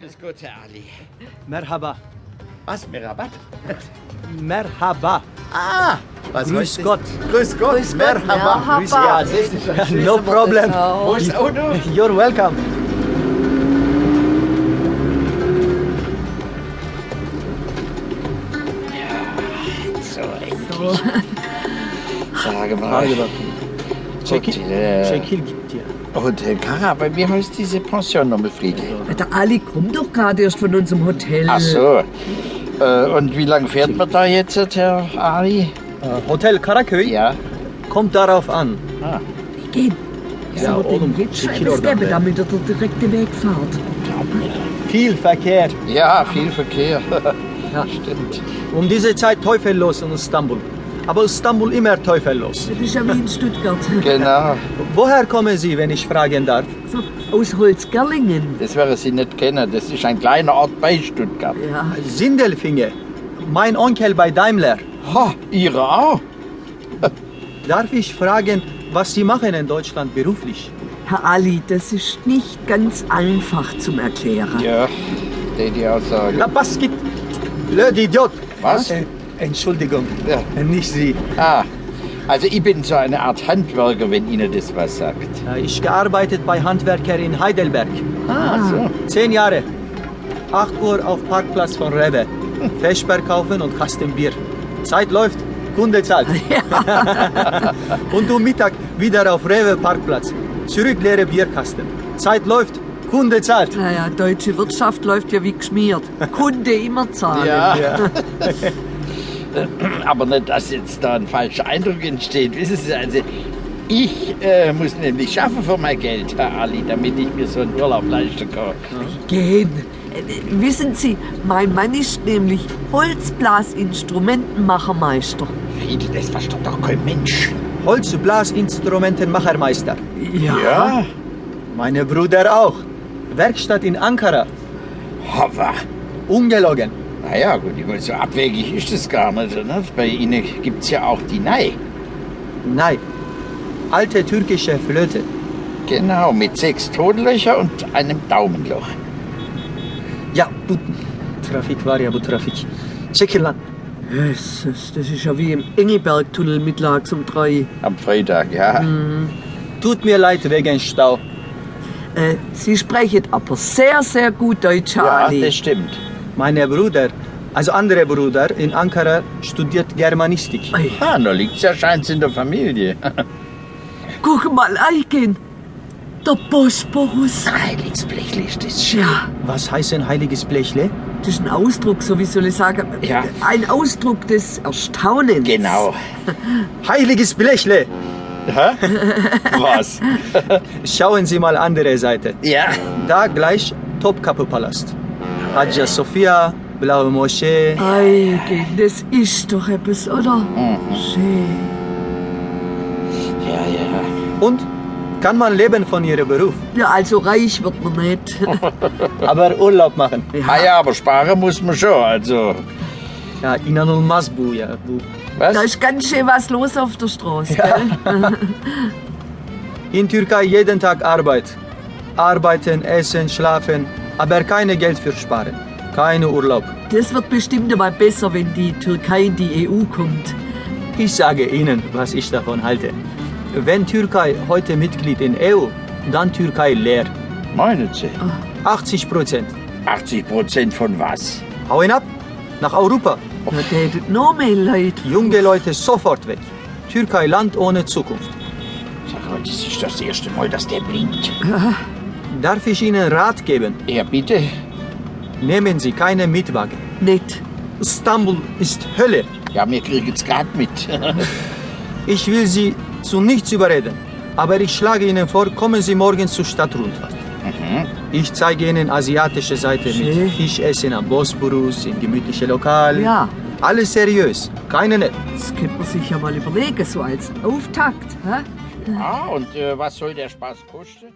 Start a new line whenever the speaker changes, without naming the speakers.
Das Gute, Ali.
Merhaba.
Was, Merabat?
Merhaba.
Ah, was
Grüß
heißt das?
Gott.
Grüß Gott. Grüß Merhaba.
Grüß Gott.
das ist ein schönes
No
Wort.
problem.
Wo ist das Auto?
You're welcome.
So, endlich. Sage mal.
Hadi bakayım. Çekil.
Hotel, äh,
Çekil git ya.
Hotel Kara, aber wie heißt diese Pension nochmal, Friedel?
Der Ali kommt doch gerade erst von unserem Hotel.
Ach so. Äh, und wie lange fährt man da jetzt, Herr Ali?
Aa, Uh, Hotel Karaköy.
Ja.
Kommt darauf an.
Geht. Ja,
oğlum,
oğlum, jetzt
çekil
Scheiße
oradan be.
geben, damit er den direkten Weg fährt.
Viel Verkehr.
Ja, viel Verkehr.
Ja.
Stimmt.
Um diese Zeit teufellos in Istanbul. Aber Istanbul immer teufellos.
Das ist ja wie in Stuttgart.
Genau.
Woher kommen Sie, wenn ich fragen darf?
So, aus Holzgerlingen.
Das werden Sie nicht kennen. Das ist ein kleiner Ort bei Stuttgart.
Ja,
Sindelfinge. Mein Onkel bei Daimler.
Ha, Ihre auch?
Darf ich fragen, was Sie machen in Deutschland beruflich?
Herr Ali, das ist nicht ganz einfach zum Erklären.
Ja, die die Aussage.
La Basket. Blöd Idiot.
Was?
Äh, Entschuldigung.
Ja.
Nicht Sie.
Ah, also ich bin so eine Art Handwerker, wenn Ihnen das was sagt.
Äh, Ich gearbeitet bei Handwerker in Heidelberg.
Ah, so.
Zehn Jahre. 8 Uhr auf Parkplatz von Rewe. Fischberg kaufen und Kasten Bier. Zeit läuft, Kunde zahlt. und um Mittag wieder auf Rewe Parkplatz. Zurück leere Bierkasten. Zeit läuft, Kunde zahlt.
Naja, deutsche Wirtschaft läuft ja wie geschmiert. Kunde immer zahlen.
Ah, Ja,
Ja.
aber nicht, dass jetzt da ein falscher Eindruck entsteht. Wissen Sie, also ich äh, muss nämlich schaffen für mein Geld, Herr Ali, damit ich mir so einen Urlaub leisten kann.
Gehen. Äh, Wissen Sie, mein Mann ist nämlich Holzblasinstrumentenmachermeister.
Friedel, das versteht doch kein Mensch.
Holzblasinstrumentenmachermeister.
Ja?
Meine Brüder auch. Werkstatt in Ankara.
Hoffa.
Ungelogen.
Naja, gut, ich meine, so abwegig ist es gar nicht. Ne? Bei Ihnen gibt es ja auch die Nei.
Nein. Alte türkische Flöte.
Genau, mit sechs Tonlöcher und einem Daumenloch.
Ja, bu trafik var ya bu trafik. Çekil lan.
Jesus, das ist ja wie im Engelbergtunnel mittags um drei.
Am Freitag, ja.
Tut mir leid wegen Stau.
Äh, Sie sprechen aber sehr, sehr gut Deutsch, Herr
Ja,
Ali.
das stimmt.
Meine Bruder, also andere Bruder in Ankara studiert Germanistik.
Ei,
Ah, da liegt's ja scheint's in der Familie.
guck mal, Eigen. Der Bosporus.
Heiliges Blechlist ist
Ja,
Was heißt ein heiliges Blechle?
das ist ein Ausdruck, so wie soll ich sagen,
Ja.
ein Ausdruck des Erstaunens.
Genau.
Heiliges Blechle!
Hä? Was?
Schauen Sie mal andere Seite.
Ja.
Da gleich Topkapı-Palast. Hagia Sophia, Blaue Moschee.
Eigen, das ist doch etwas, oder?
Mhm.
Schön.
Ja, ja.
Und kann man leben von Ihrem Beruf,
Ja, also reich wird man nicht.
aber Urlaub machen.
Ah ja, aber sparen muss man schon, also.
Ja, inanılmaz bu ya. Bu.
Da
Was?
ist ganz schön was los auf der Straße, gell?
In Türkei jeden Tag Arbeit. Arbeiten, essen, schlafen, aber keine Geld für sparen. Keine Urlaub.
Das wird bestimmt mal besser, wenn die Türkei in die EU kommt.
Ich sage Ihnen, was ich davon halte. Wenn Türkei heute Mitglied in EU, dann Türkei leer.
Meine Sie.
80 Prozent.
80 Prozent von was?
Hauen ab, nach Europa.
Da tätet noch mehr Leute.
Junge Leute sofort weg. Türkei Land ohne Zukunft.
Sag mal, das ist das erste Mal, dass der blinkt.
Darf ich Ihnen Rat geben?
Ja, bitte.
Nehmen Sie keine Mietwagen.
Nicht.
Istanbul ist Hölle.
Ja, wir kriegen's grad mit.
Ich will Sie zu nichts überreden, aber ich schlage Ihnen vor, kommen Sie morgen zur Stadt runter. Ich zeige Ihnen asiatische Seite
Schön.
mit Fischessen am Bosporus, in gemütliche Lokal.
Ja.
Alles seriös, keine nett.
Das könnte man sich ja mal überlegen, so als Auftakt. Hä?
ah, und äh, was soll der Spaß kosten?